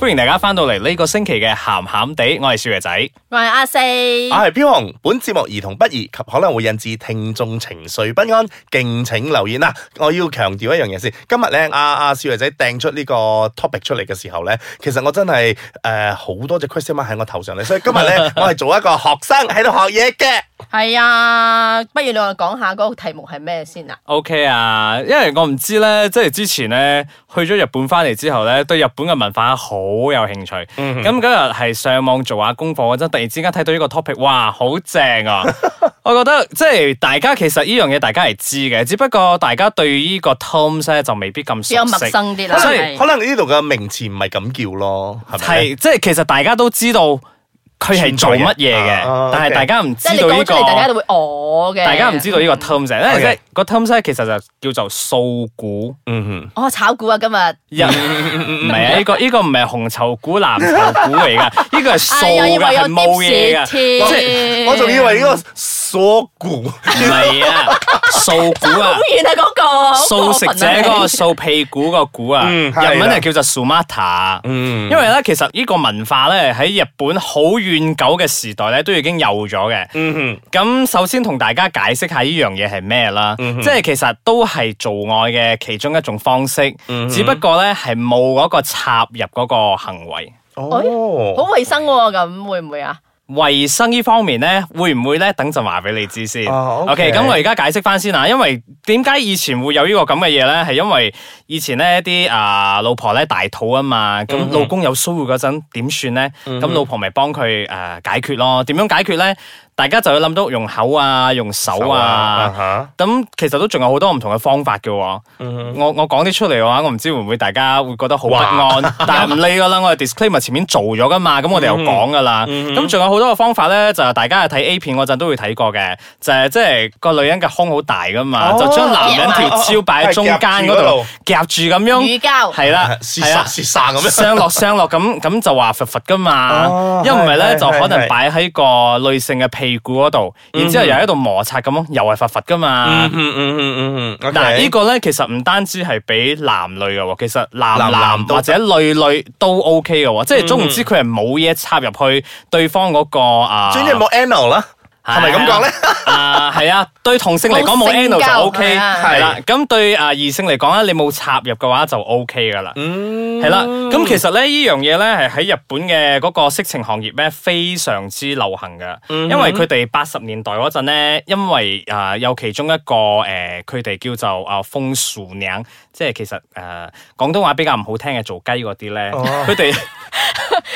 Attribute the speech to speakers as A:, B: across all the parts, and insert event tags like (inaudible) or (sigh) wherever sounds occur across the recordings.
A: 歡迎大家翻到嚟呢個星期嘅鹹鹹地，我係少爺仔。
B: 我係阿四，
C: 我
A: 啊
C: 啊係飄紅，本節目兒童不宜及可能會引致聽眾情緒不安，敬請留言啦。我要強調一樣嘢先，今日咧阿阿少爺仔掟出呢個 topic 出嚟嘅時候咧，其實我真係誒好多隻 question mark 喺我頭上咧，所以今日
A: (laughs)
C: 咧我係做一個學生喺度學嘢嘅。
B: 係啊，不如你我講下嗰個題目係咩先啊？
A: OK 啊，因為我唔知咧，即係之前咧去咗日本翻嚟之後咧，對日本嘅文化好有興趣。
C: 嗯
A: 咁嗰日係上網做下功課嗰陣，突然之間睇到呢個 topic，哇，好正
C: (laughs)
A: 啊！我覺得即係大家其實呢樣嘢大家係知嘅，只不過大家對呢個 terms 咧就未必咁
B: 比較
A: 熟
B: 陌
A: 悉。
B: 生啲啦，
C: 可
A: 所以
B: 係
C: 能可能呢度嘅名詞唔係咁叫咯，係咪
A: 係即係其實大家都知道佢係做乜嘢
C: 存在嘅啊
A: 嘅，但係
C: OK
A: 大家唔知
B: 即係你
A: 道呢
B: 講出
A: 個
B: 嚟，大家就會哦嘅。
A: 大家唔知道呢個 terms，係因為
C: OK
A: 即係個 terms 咧，其實就叫做素股
C: 嗯哼。
B: 哦，炒股啊，今日哎
A: 人，唔係啊，呢個呢個唔係紅籌股、藍籌股嚟
B: (laughs)
A: 噶，呢個係素
B: 哎呀，以
A: 嘅，
B: 為有
A: 係冇嘢噶，
B: tips 添，
C: 我仲以為呢個鎖股，
A: 唔係啊，素股
B: 好 (laughs)
A: 啊，
B: 遠啊嗰個
A: 素
B: 啊
A: 食者嗰個素屁股個股啊，
C: 嗯
A: 日
C: 係啦
A: 文係叫做 sumata，
C: 嗯
A: 因為咧其實呢個文化咧喺日本好遠久嘅時代咧都已經有咗嘅。
C: 嗯
A: 咁首先同大家解釋下呢樣嘢係咩啦，即係其實都係做愛嘅其中一種方式，只不過咧係冇嗰個插入嗰個行為。
C: 哼，
A: 哎
C: 哦，
B: 好衞生喎，咁會唔會啊？
A: 衞生呢方面咧，會唔會咧？等陣話俾你知先。
C: 哦，OK
A: 咁我而家解釋翻先啊，因為點解以前會有呢個咁嘅嘢咧？係因為以前咧啲啊老婆咧大肚啊嘛，咁老公有騷擾嗰陣點算咧？咁老婆咪幫佢誒啊解決咯。點樣解決咧？大家就要諗到用口啊，用手
C: 手
A: 啊。
C: 啊
A: 咁其實都仲有好多唔同嘅方法嘅喎、我我講啲出嚟嘅話，我唔知會唔會大家會覺得好不安，但係唔理噶 (laughs) 啦，我哋 disclaimer 前面做咗噶嘛，咁我哋又講噶啦。咁仲、有好多嘅方法咧，就係大家係睇 A 片嗰陣都會睇過嘅，就係即係個女人嘅胸好大噶嘛，
C: 哦
A: 就將男人條蕉擺喺中間嗰度哦夾住咁
B: 乳
A: 樣，
B: 膠
A: 係 (laughs) 啊啦，
C: 是
A: 係
C: 啊殺
A: 啦。
C: 是殺咁樣。
A: 上
C: (laughs)
A: 落上落咁咁就話佛佛噶嘛
C: 哦，
A: 一唔係咧
C: 係
A: 就可能
C: 係
A: 擺喺個女性嘅屁股嗰度，然之後又喺度摩擦咁咯，又係佛佛噶嘛。
C: 嗯嗯嗯嗯，
A: 嗱呢個咧，其實唔單止係俾男女嘅喎，其實男
C: 男
A: 男
C: 男都嗯
A: 或者女女都 OK 嘅喎，即係總唔知佢係冇嘢插入去對方嗰個啊，
C: 總之冇 anal 啦，係咪咁講咧？
A: (laughs) 啊，係啊，對同性嚟講冇
B: 冇性
A: anal 就
B: 交
A: OK，
B: 係啊
A: 係啦。咁對啊異性嚟講咧，你冇插入嘅話就 OK 噶啦。
C: 嗯，
A: 係啦，咁其實咧呢樣嘢咧係喺日本嘅嗰個色情行業咧非常之流行嘅，
C: 嗯
A: 因為佢哋八十年代嗰陣咧，因為啊、呃有其中一個誒佢哋叫做啊風俗娘，即係其實誒、呃、廣東話比較唔好聽嘅做雞嗰啲咧，
C: 哦
A: 佢哋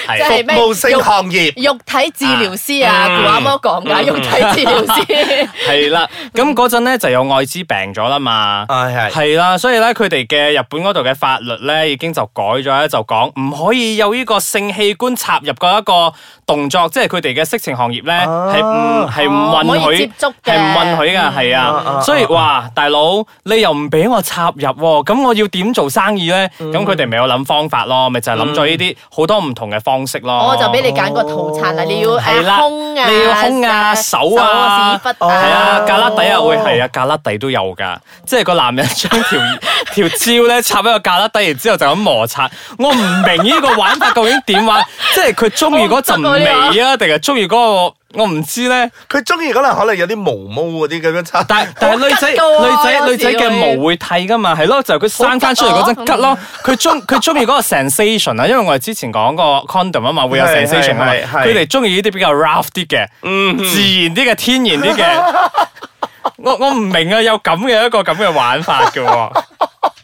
B: 即
A: 係
B: 係
C: 服務性行業，
B: 肉體治療師啊，
A: 嗯
B: 古阿摩講噶，肉體治療師。
A: 係啦，咁嗰陣咧就有艾滋病咗啦
C: (laughs)
A: 嘛。
C: 係係
A: 係啦，所以咧，佢哋嘅日本嗰度嘅法律咧，已經就改咗咧，就講唔可以有呢個性器官插入嘅一個動作，即係佢哋嘅色情行業咧
C: 啊
A: 係唔係唔
B: 哦唔可
A: 允
B: 以
A: 許
B: 接觸嘅
A: 係唔允許㗎，係
C: 啊啊
A: 啊，
C: 啊
A: 所以哇，大佬你又唔俾我插入喎，咁我要點做生意咧？
C: 嗯
A: 咁佢哋咪有諗方法咯，咪就係諗咗呢啲好多唔同嘅方式咯。
B: 哦我就俾你揀個套餐啦，你要
A: 哦係啦
B: 誒胸啊，
A: 你要胸啊
B: 誒
A: 手啊
B: 手屎忽
C: 哦
B: 啊，
A: 係啊，
C: 哦
A: 格拉底啊，會係啊，格拉底都有噶，即係個男人將條條蕉咧插喺個格拉底，然之後就咁摩擦。我唔明呢個玩法究竟點玩，即係佢中意嗰陣味啊，定係中意嗰個我唔知咧。
C: 佢中意可能可能有啲毛毛嗰啲咁樣
A: (laughs)
C: 插，
A: 但但係女仔
B: 好吉㗎
A: 女
B: 喎
A: 仔女仔
B: 有時
A: 嘅
B: 會
A: 毛會剃噶嘛，係咯，就係佢生翻出嚟嗰
B: 好
A: 陣
B: 吉
A: 吉
B: 啊
A: 咯。佢中佢中意嗰個 sensation 啊，因為我哋之前講過 condom 啊嘛，會有
C: 係
A: sensation 啊嘛。
C: 係係
A: 佢哋中意呢啲比較 rough 啲嘅，
B: 嗯
A: 自然啲嘅，天然啲
B: (laughs)
A: 嘅。我我唔明啊，有咁嘅一個咁嘅玩法嘅喎。
B: 哦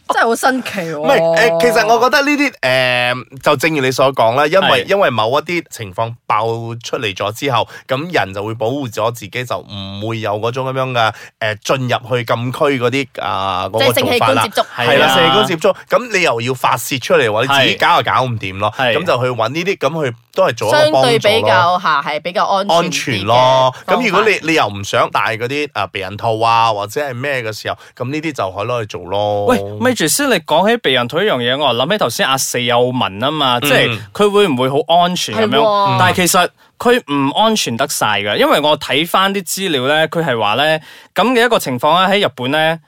B: 真係好新奇喎。
C: 唔係
B: 哦
C: 誒，其實我覺得呢啲誒就正如你所講啦，因為
A: 係
C: 因為某一啲情況爆出嚟咗之後，咁人就會保護咗自己，就唔會有嗰種咁樣嘅誒進入去禁區嗰啲啊
B: 即
C: 嗰個
B: 係性
C: 做
B: 器
C: 法
B: 官
C: 啦
B: 接。觸，
A: 係
C: 係啦，
A: 啊
C: 性器官接觸，咁你又要發泄出嚟喎，你自己
A: 係
C: 搞又搞唔掂咯，
A: 係
C: 咁就去揾呢啲，咁去都係做一
B: 相
C: 個幫
B: 對
C: 助
B: 比
C: 咯。
B: 較下係比較安全
C: 安全咯。
B: 啲嘅
C: 咁如果
B: 方法
C: 你你又唔想戴嗰啲誒避孕套啊，或者係咩嘅時候，咁呢啲就可以攞去做咯。
A: 喂，咪住先，你講起避孕套呢樣嘢，我諗起頭先阿四有問啊嘛，即
C: 嗯
A: 係佢會唔會好安全咁
B: 係喎
A: 樣？但係其實佢唔安全得晒㗎，因為我睇翻啲資料咧，佢係話咧咁嘅一個情況咧，喺日本咧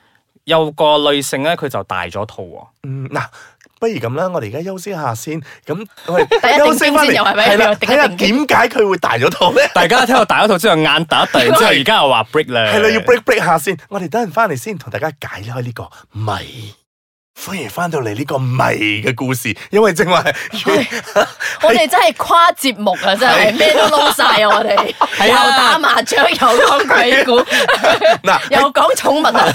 A: 有個女性咧，佢就戴咗套喎。
C: 嗯嗱。不如咁啦，我哋而家休息下先。咁
B: (laughs)
C: 我哋
B: 第一定
C: 休息翻
B: 經先又係
C: 嚟，
B: 咪
C: 係啦，
B: 定一
C: 睇下
B: 定
C: 點
B: 經
C: 解佢會大咗
B: (laughs)
C: 套咧？
A: 大家聽我戴咗套之後眼突一突，然
C: (laughs)
A: 之後而家又話 break 咧，
C: 係啦，要 break break 下先。我哋等陣翻嚟先，同大家解開呢個謎。歡迎翻到嚟呢個謎嘅故事，因為正話係
B: (laughs) 我哋真係跨節目啊，真係咩都撈晒啊！我哋
A: 係
B: 又
A: 啊
B: 打麻雀，又講
A: (laughs)
B: 鬼故，
C: 嗱
B: 又講寵物
C: (laughs)
B: 啊！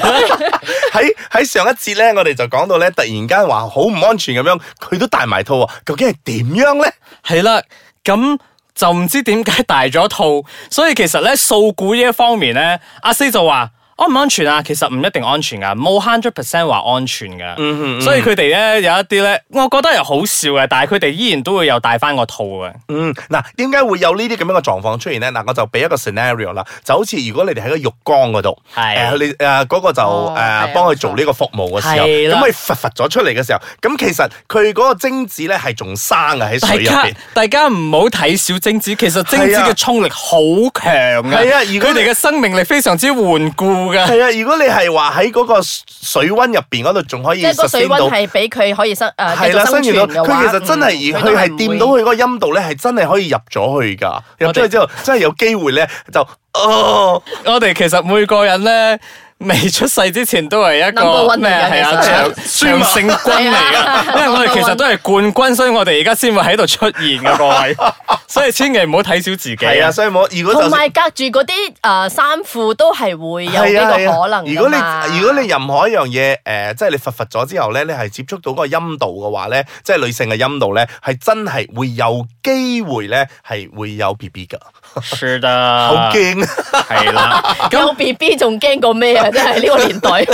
C: 喺喺上一節咧，我哋就講到咧，突然間話好唔安全咁樣，佢都戴埋套喎，究竟係點樣咧？
A: 係啦，咁就唔知點解大咗套，所以其實咧數股呢一方面咧，阿四就話。安唔安全啊？其實唔一定安全噶，冇 hundred percent 話安全
C: 嗯
A: 噶。所以佢哋咧有一啲咧，我覺得又好笑嘅，但係佢哋依然都會有戴翻個啊套嘅。
C: 嗯，嗱，點解會有呢啲咁樣嘅狀況出現咧？嗱，我就俾一個 scenario 啦，就好似如果你哋喺個浴缸嗰度，
A: 係啊
C: 誒你誒嗰個就
B: 哦係啊
C: 誒幫佢做呢個服務嘅時候，
A: 係啦
C: 咁佢佛佛咗出嚟嘅時候，咁其實佢嗰個精子咧係仲生嘅喺
A: 大
C: 水入
A: 家
C: 邊。
A: 大家唔好睇小精子，其實精子
C: 係啊
A: 嘅衝力好強啊！
C: 係啊如果
A: 佢哋嘅生命力非常之頑固噶。
C: 係啊，如果你係話喺嗰個水温入邊嗰度仲可以
B: 即係個
C: sustain
B: 水
C: 到
B: 温係俾佢可以生誒
C: 係
B: 繼
C: 啦，
B: 續
C: 生
B: 生存
C: 完到
B: 嘅話，
C: 佢其實真係而
B: 嗯
C: 佢係掂到。佢嗰個陰道咧，係真係可以入咗去㗎。入咗去之後，真係有機會咧就哦，
A: 我哋其實每個人咧未出世之前都係一
B: Number
A: 個
B: one
A: 咩
B: 嚟㗎
A: 係啊
B: 其實
A: 長
C: (laughs)
A: 長勝軍嚟
B: (laughs)
A: 嘅，因為我哋其實都係冠軍，所以我哋而家先會喺度出現嘅各
C: (laughs)
A: 位，所以千祈唔好睇小自己。
C: 係啊，所以我如果就
B: 同埋隔住嗰啲誒衫褲都係會有
C: 係啊
B: 呢
C: 係啊
B: 個可能㗎
C: 如果
B: 嘛
C: 你如果你任何一樣嘢誒、呃即係你佛佛咗之後咧，你係接觸到嗰個陰道嘅話咧，即係女性嘅陰道咧，係真係會有機會咧係會有 B B 㗎，
A: 是的，
C: 好驚啊！
A: 係啦。
C: (laughs)
B: 有 B B 仲驚過咩啊？真係呢個年代，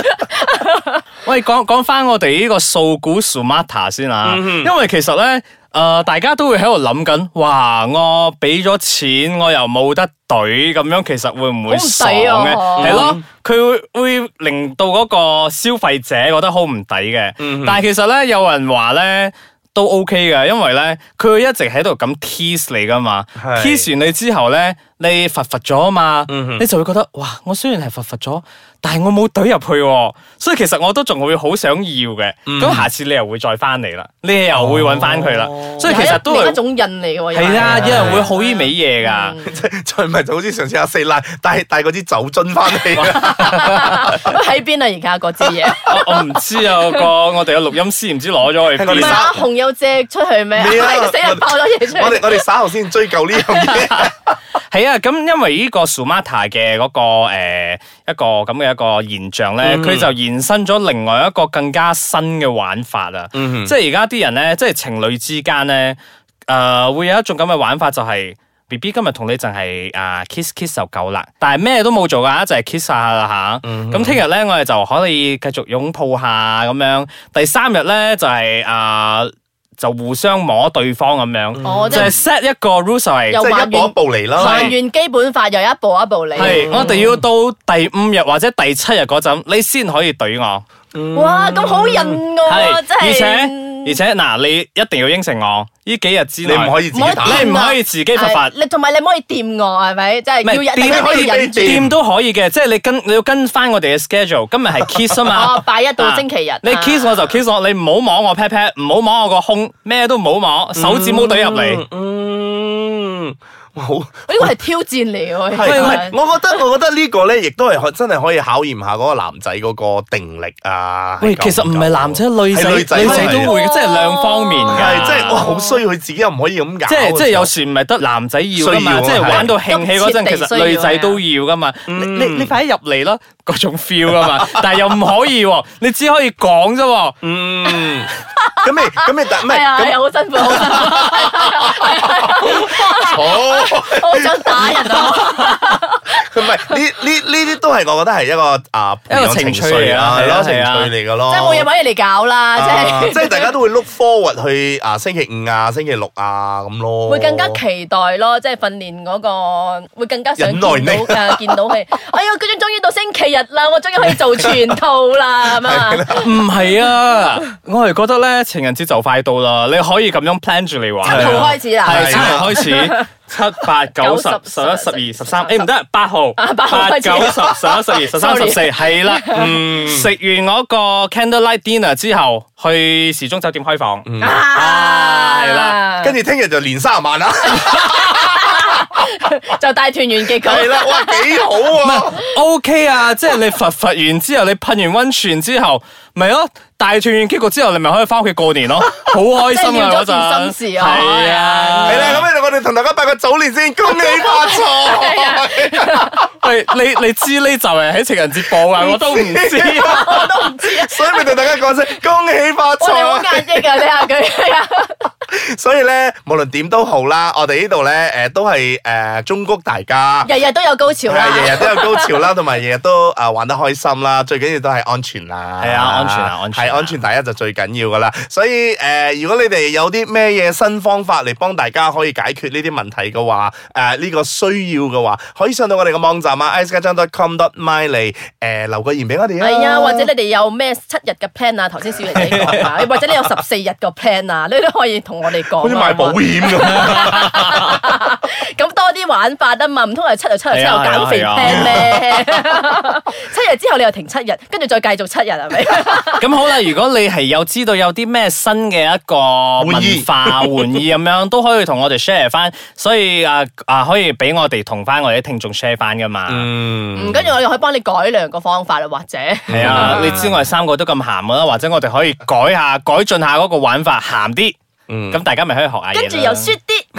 A: 喂，講講翻我哋呢個數股 Sumata 先啊，
C: 嗯
A: 因為其實咧，誒、大家都會喺度諗緊，哇，我俾咗錢，我又冇得懟，咁樣其實會唔會
B: 好唔
A: 爽
B: 抵啊
A: 咧？係咯
C: 嗯，
A: 佢會會令到嗰個消費者覺得好唔抵嘅。
C: 嗯
A: 但係其實咧，有人話咧。都 OK 嘅，因為咧佢會一直喺度咁 tease 你噶嘛
C: 係嗯
A: ，tease 完你之後咧，你罰罰咗啊嘛，你就會覺得哇，我雖然係罰罰咗，但係我冇懟入去、喎，所以其實我都仲會好想要嘅。咁、
C: 嗯
A: 下次你又會再翻嚟啦，你又會揾翻佢啦，
C: 哦
A: 所以其 (laughs) 實都
B: 係啊
A: 係
B: 一種啊嗯印嚟嘅喎。
A: 係啊啦，有
B: 因
A: 人會好依味嘢噶。
C: 再唔係就好似上次阿四奶帶帶嗰支酒樽翻嚟，
B: 喺邊啊？而家嗰支
A: (laughs)
B: 嘢。
A: 我我唔知啊，個我哋嘅錄音師唔知攞咗去
C: 係我
B: 唔
C: 哋
A: 邊
B: 係
C: 三。
B: 啊，紅有借出去咩？(laughs)
C: 未啊
B: 死人爆咗嘢出
C: 我
B: 嚟。
C: 哋我哋稍後先追究呢樣嘢。
A: 係啊，咁因為呢個 Sumata 嘅嗰、個、呃、一個咁嘅一個現象咧，佢、就延伸咗另外一個更加新嘅玩法啊！即係而家啲人咧，即係情侶之間咧，誒、呃、會有一種咁嘅玩法就係、B B 今日同你淨係啊 kiss kiss 就夠啦，但係咩都冇做㗎，就係 kiss 下啦吓。咁聽日咧，我哋就可以繼續擁抱下咁樣。第三日咧就係、啊、就互相摸對方咁樣，
B: 哦
A: 就
B: 即係
A: 係 set 一個 rule 就係
B: 又
C: 即係一步一步嚟啦。
B: 還原基本法又一步一步嚟。
A: 係，我哋要到第五日或者第七日嗰陣，你先可以懟我。
B: 哇，咁好人噶
A: 係，
B: 喎，真係。
A: 而且而且嗱，你一定要應承我，呢幾日之
C: 你
A: 內
C: 唔可以自己
B: 唔可以
C: 打
B: 掂，啊
A: 你唔可以自己罰罰
B: 係你同埋你唔可以掂我，係咪？即係要
A: 掂可
B: 忍，大家
A: 以
B: 要忍住。
A: 掂都可以嘅，即係你跟你要跟翻我哋嘅 schedule。今日係 kiss 啊嘛
B: 哦，，拜一到星期日
A: 啊。你 kiss 我就 kiss 我，你唔好摸我 pat pat，唔好摸我個胸，咩都唔好摸，手指冇懟入嚟。
C: 嗯，哇好。
B: 呢個係挑戰嚟喎。
C: 係，
A: 喂
C: 唔
A: 喂
C: 係我
A: (laughs)
C: 覺得我覺得呢個咧，亦都係可真係可以考驗下嗰個男仔嗰個定力啊。
A: 喂，
C: 係夠
A: 其實唔係
C: 夠
A: 男仔女仔，
C: 係
A: 女
C: 仔
A: 仔都會嘅，
B: 係
A: 即係兩方面㗎。
C: 係，即係哇，好衰，佢自己又唔可以咁搞。
A: 即係即係有時唔係得男仔要噶
C: 需要
A: 嘛，
C: 啊
A: 即係嗯玩到興起嗰陣，
B: 係
A: 其實女仔都要啊噶嘛。你你你快啲入嚟啦，嗰種 feel 噶 (laughs) 嘛，但係又唔可以喎，你只可以講啫喎。
C: 嗯，咁
A: (laughs)
C: 你咁你但唔係
B: 係啊，係啊
C: 咁
B: 好辛苦，好辛苦，
C: 哦，
B: 好想打人啊！
C: 唔係呢呢呢啲都係係我覺得係一個啊
A: 一個
C: 培養
A: 情趣
C: 緒
A: 嚟啦
C: 係
A: 係
C: 咯
A: 啊
C: 情
A: 係啊
C: 趣嚟噶咯，
B: 即係冇嘢揾嘢嚟搞啦，即
C: 哦啊
B: 係
C: 即係大家都會 look forward 去啊星期五啊星期六啊咁咯，
B: 會更加期待咯，即係訓練嗰個會更加想見到
C: 忍耐力 (laughs)
B: 誒見到佢。哎呀，佢終於到星期日啦，我終於可以做全套啦咁啊！
A: 唔係啊，我係覺得咧情人節就快到啦，你可以咁樣 plan 住嚟玩。
B: 七號開始啦
A: 係
C: 係
A: 七號開始，七八啊九十十一十二十三，誒唔得，八號，啊
B: 啊八號
A: 八
B: 開始
A: 九十十一十二十三
B: Sorry
A: 十四，係啦。嗯，食完嗰個 candlelight dinner 之後，去時鐘酒店開房。
B: 啊，
A: 係啦
C: 跟住聽日就年三十萬啊啦，
B: 就大團圓結
C: 係
B: 局。
C: 啦，哇幾好啊喎！
A: O K 啊，即係你佛佛完之後，你噴完温泉之後，咪咯大團圓結局之後，你咪可以翻屋企過年
B: (laughs)
A: 咯，好開心啊嗰
B: 即係完咗件
A: 陣。
B: 心事啊
A: 係啊，
C: 係啦，咁樣我哋同大家拜個早年先，恭喜
B: (laughs)
C: 發
B: 啊
C: 財！
A: 喂，你你知呢就係喺情人節播啊，我都唔
B: (laughs)
A: 知啊。
B: 我都唔知啊，
C: 所以咪同大家講聲恭喜發
B: 我哋好壓
C: 財。
B: 抑啊！你下佢係啊，
C: 所以咧，無論點都好啦，我哋呢度咧，誒都係誒忠告大家。
B: 日日都有高潮啊啦
C: 係。啊日日都有高潮啦，同埋日日都啊玩得開心啦，最緊要都係安全啦。
A: 係啊安全啊安全啊
C: 係安全第一就最緊要噶啦。所以誒、呃如果你哋有啲咩嘢新方法嚟幫大家可以解決呢啲問題嘅話，誒、呃呢、個需要嘅話，可以上到我哋嘅網站啊 icegarden.com.my 嚟誒、呃留個言俾我哋啊。
B: 係啊，或者你哋有咩七日嘅 plan 啊？頭先小玲姐
A: (laughs)
B: 講啊，或者你有十四日個 plan 啊，你都可以同我哋講啊。
C: 好似賣保險咁。
B: 咁多啲玩法啊嘛，唔通係七日七日之後
A: 係啊係啊
B: 減肥
A: 係啊
B: plan 咩？ (laughs) 七日之後你又停七日，跟住再繼續七日係咪？
A: 咁好啦，如果你係有知道有啲咩新嘅一個
C: 玩
A: 文
C: 意
B: (laughs)
A: 化玩意咁樣，都可以同我哋 share 翻，所以啊啊可以俾我哋同翻我哋啲聽眾 share 翻噶嘛。
C: 嗯
B: 嗯，跟住我哋可以幫你改良個方法啦，或者
A: 係啊，你知我哋三個都咁鹹噶啦，或者我哋可以改下、改進下嗰個玩法鹹啲，
C: 嗯
A: 咁大家咪可以學下嘢啦
B: 跟住又雪啲。
A: (laughs)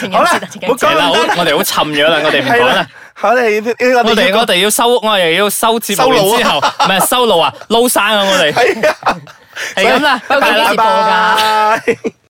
B: 情人
C: 好啦
B: 節啊，情人
C: 唔好
B: 節
A: 係啦，好
C: 講咁多
A: 我哋好沉咗啦，我哋唔
C: 係
A: 講嗯啦
C: 啦。，我哋呢個
A: 我哋我哋要收，我哋要收節目
C: 收路啊
A: 完之後，唔係收路啊，撈生啊，我哋
C: 係啊，
A: 係咁啦，
B: 所
A: 拜
B: 以
A: 拜啦
B: 幾時。播㗎
C: 拜拜。